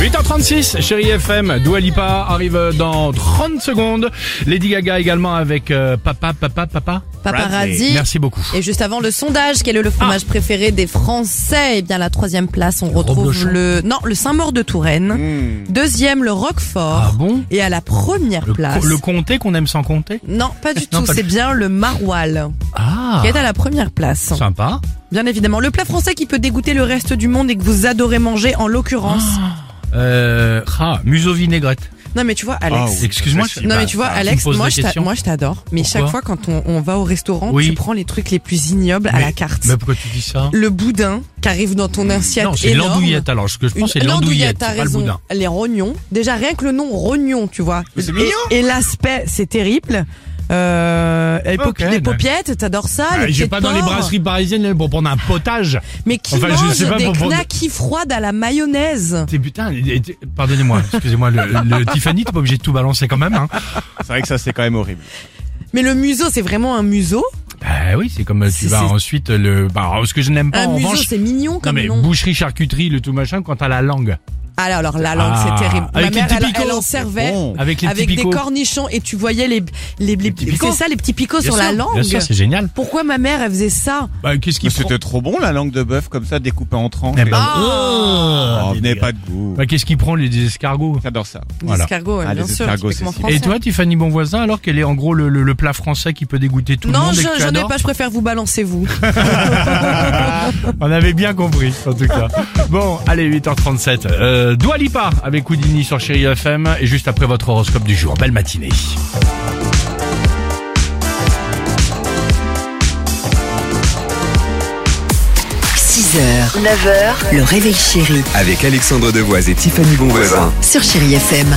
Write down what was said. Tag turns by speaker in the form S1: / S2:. S1: 8h36, chérie FM, Dua Lipa arrive dans 30 secondes. Lady Gaga également avec euh, Papa, Papa, Papa.
S2: Paparazzi.
S1: Merci beaucoup.
S2: Et juste avant le sondage, quel est le
S1: Ah.
S2: fromage préféré des Français Eh bien, la troisième place, on retrouve
S1: reblochon.
S2: le non le Saint-Maur de Touraine. Deuxième, le Roquefort.
S1: Hmm. Ah bon
S2: Et à la première
S1: Le,
S2: place.
S1: co- le comté qu'on aime sans compter
S2: Non, pas du
S1: Non,
S2: tout.
S1: pas
S2: C'est
S1: du-
S2: bien le maroilles
S1: Ah
S2: qui est à la première place.
S1: Sympa.
S2: Bien évidemment, le plat français qui peut dégoûter le reste du monde et que vous adorez manger, en l'occurrence.
S1: Ah. Euh, ah, museau vinaigrette. Ah,
S2: Non, mais tu vois, Alex.
S1: Excuse-moi. je-
S2: Non mais tu vois
S1: bah, tu me
S2: Alex,
S1: poses
S2: moi
S1: des
S2: je, t'a-
S1: questions.
S2: moi, je t'adore, mais
S1: Pourquoi
S2: chaque fois quand on, on va au restaurant,
S1: Oui.
S2: tu prends les trucs les plus ignobles à
S1: Mais-
S2: la carte.
S1: Mais pourquoi tu dis ça
S2: le boudin qui arrive dans ton assiette
S1: Non, c'est
S2: énorme.
S1: l'andouillette alors. Ce que je
S2: Une-
S1: pense, c'est l'andouillette,
S2: t'as
S1: c'est pas le
S2: raison.
S1: boudin.
S2: Les rognons. Déjà, rien que le nom rognon, tu vois.
S3: Mais c'est
S2: Et-
S3: mignon.
S2: Et, l'aspect, c'est terrible. Euh, les,
S1: Ok,
S2: paupi- les
S1: d'accord.
S2: paupiettes, t'adores ça.
S1: Ah,
S2: les
S1: J'ai
S2: pieds
S1: pas
S2: de
S1: dans les
S2: porc.
S1: brasseries parisiennes pour prendre un potage.
S2: Mais qui
S1: Enfin, je
S2: mange
S1: sais pas
S2: des
S1: pour prendre-
S2: knackis froides à la mayonnaise
S1: T'es putain, et- et- pardonnez-moi, excusez-moi, le, le Tiffany, t'es pas obligé de tout balancer quand même. Hein.
S3: C'est vrai que ça, c'est quand même horrible.
S2: Mais le museau, c'est vraiment un museau.
S1: Bah oui, c'est comme euh, tu
S2: C'est-
S1: vas
S2: c'est-
S1: ensuite le. Bah, alors, ce que je n'aime pas
S2: Un
S1: en
S2: museau,
S1: revanche.
S2: c'est mignon
S1: Non
S2: comme
S1: mais
S2: nom.
S1: boucherie, charcuterie, le tout machin, quand t'as la langue.
S2: Ah, là, alors la langue,
S1: Ah,
S2: c'est terrible. Ma
S1: avec les
S2: mère, elle,
S1: typicos.
S2: elle en servait.
S3: Bon.
S1: Avec les
S2: Avec
S1: petits
S2: des
S1: picots.
S2: cornichons et tu voyais les les, les-
S1: petits picots.
S2: c'est ça les petits picots
S1: Bien
S2: sur la
S1: sûr,
S2: langue.
S1: Bien sûr, c'est génial.
S2: Pourquoi ma mère elle faisait ça
S1: Bah, qu'est-ce
S3: Mais
S1: qu'il prend
S3: C'était trop bon la langue de bœuf comme ça découpée en tranches.
S2: Ah.
S1: Eh ben,
S3: Ah, Oh,
S1: oh,
S3: vous n'avez pas de goût.
S1: Bah, qu'est-ce qu'il prend les des escargots
S3: J'adore ça.
S1: Voilà.
S2: L'escargot, ouais,
S3: Ah,
S2: bien
S3: les
S2: sûr,
S3: escargots,
S2: typiquement
S3: c'est-
S2: français.
S1: Et toi, Tiffany Bonvoisin, alors quel est en gros le, le- le plat français qui peut dégoûter tout le
S2: Non,
S1: monde
S2: je-
S1: et que tu
S2: j'en ai
S1: adores
S2: pas, je préfère vous balancer vous.
S1: On avait bien compris, en tout cas. Bon, allez, 8h37. Euh, Dua Lipa avec Houdini sur Chéri FM et juste après votre horoscope du jour. Belle matinée.
S4: h 9h, le réveil chéri
S5: Avec Alexandre Devoise et Tiffany Bonvoisin.
S4: sur Chéri FM.